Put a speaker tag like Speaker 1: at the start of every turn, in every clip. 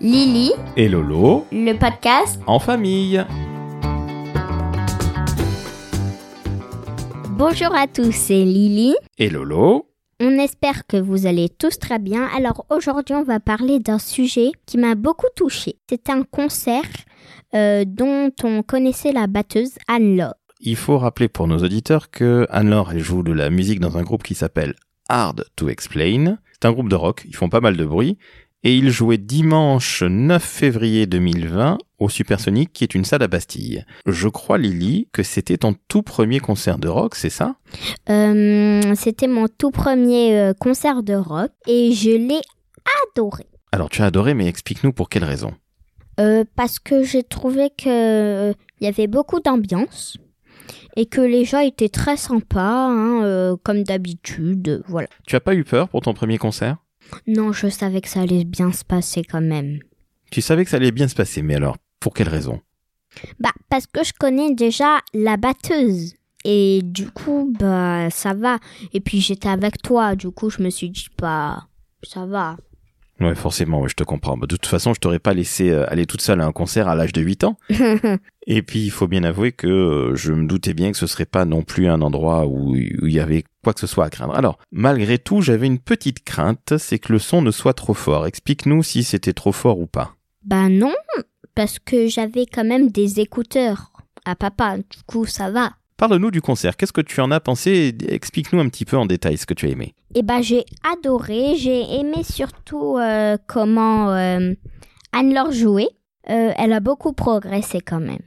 Speaker 1: Lily,
Speaker 2: et Lolo
Speaker 1: le podcast.
Speaker 2: en famille.
Speaker 1: Bonjour à tous, c'est Lily.
Speaker 2: Et Lolo
Speaker 1: On espère que vous allez tous très bien. Alors aujourd'hui, on va parler d'un sujet qui m'a beaucoup touchée. C'est un concert euh, dont on connaissait la batteuse Anne-Laure.
Speaker 2: Il faut rappeler pour nos auditeurs que Anne-Laure elle joue de la musique dans un groupe qui s'appelle Hard to Explain. C'est un groupe de rock, ils font pas mal de bruit. Et ils jouaient dimanche 9 février 2020 au Supersonic, qui est une salle à Bastille. Je crois, Lily, que c'était ton tout premier concert de rock, c'est ça
Speaker 1: Euh, C'était mon tout premier euh, concert de rock et je l'ai adoré.
Speaker 2: Alors tu as adoré, mais explique-nous pour quelle raison.
Speaker 1: Euh, parce que j'ai trouvé que euh, il y avait beaucoup d'ambiance et que les gens étaient très sympas, hein, euh, comme d'habitude. euh, Voilà.
Speaker 2: Tu as pas eu peur pour ton premier concert
Speaker 1: Non, je savais que ça allait bien se passer quand même.
Speaker 2: Tu savais que ça allait bien se passer, mais alors, pour quelle raison
Speaker 1: Bah, parce que je connais déjà la batteuse. Et du coup, bah, ça va. Et puis j'étais avec toi, du coup, je me suis dit, bah, ça va.
Speaker 2: Ouais, forcément, ouais, je te comprends. Bah, de toute façon, je t'aurais pas laissé euh, aller toute seule à un concert à l'âge de 8 ans. Et puis, il faut bien avouer que euh, je me doutais bien que ce serait pas non plus un endroit où où il y avait quoi que ce soit à craindre. Alors, malgré tout, j'avais une petite crainte, c'est que le son ne soit trop fort. Explique-nous si c'était trop fort ou pas.
Speaker 1: bah non, parce que j'avais quand même des écouteurs à papa, du coup, ça va.
Speaker 2: Parle-nous du concert. Qu'est-ce que tu en as pensé et Explique-nous un petit peu en détail ce que tu as aimé.
Speaker 1: Eh ben, j'ai adoré. J'ai aimé surtout euh, comment euh, Anne-Laure jouait. Euh, elle a beaucoup progressé quand même.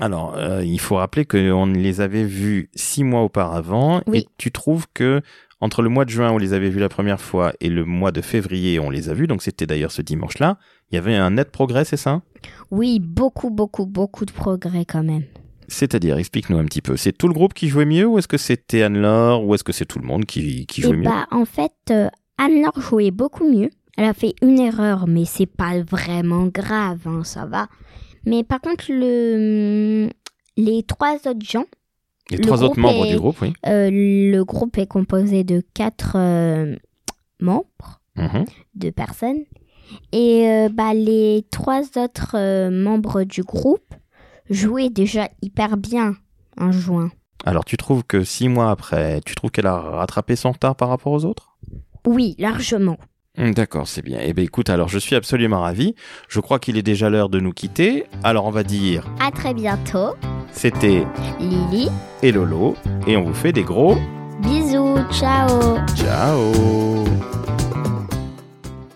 Speaker 2: Alors, euh, il faut rappeler qu'on les avait vus six mois auparavant.
Speaker 1: Oui.
Speaker 2: Et tu trouves que entre le mois de juin où on les avait vus la première fois et le mois de février où on les a vus, donc c'était d'ailleurs ce dimanche-là, il y avait un net progrès, c'est ça
Speaker 1: Oui, beaucoup, beaucoup, beaucoup de progrès quand même.
Speaker 2: C'est-à-dire, explique-nous un petit peu. C'est tout le groupe qui jouait mieux ou est-ce que c'était Anne-Laure ou est-ce que c'est tout le monde qui, qui
Speaker 1: Eh
Speaker 2: jouait mieux
Speaker 1: ben, en fait, euh, Anne-Laure jouait beaucoup mieux. Elle a fait une erreur, mais c'est pas vraiment grave, hein, ça va. Mais par contre, le, hum, les trois autres gens,
Speaker 2: Les
Speaker 1: le
Speaker 2: trois autres
Speaker 1: groupe
Speaker 2: membres
Speaker 1: est-
Speaker 2: du groupe, oui.
Speaker 1: euh, le groupe est composé de quatre euh, membres.
Speaker 2: Mhm.
Speaker 1: deux personnes. Et euh, bah, les trois autres euh, membres du groupe jouaient déjà hyper bien en juin.
Speaker 2: Alors, tu trouves que six mois après, tu trouves qu'elle a rattrapé son retard par rapport aux autres
Speaker 1: Oui, largement.
Speaker 2: Hmm, D'accord, c'est bien. Eh bien, écoute, alors je suis absolument ravi. Je crois qu'il est déjà l'heure de nous quitter. Alors, on va dire,
Speaker 1: À très bientôt,
Speaker 2: c'était
Speaker 1: Lily.
Speaker 2: et Lolo, et on vous fait des gros
Speaker 1: Bisous, ciao
Speaker 2: ciao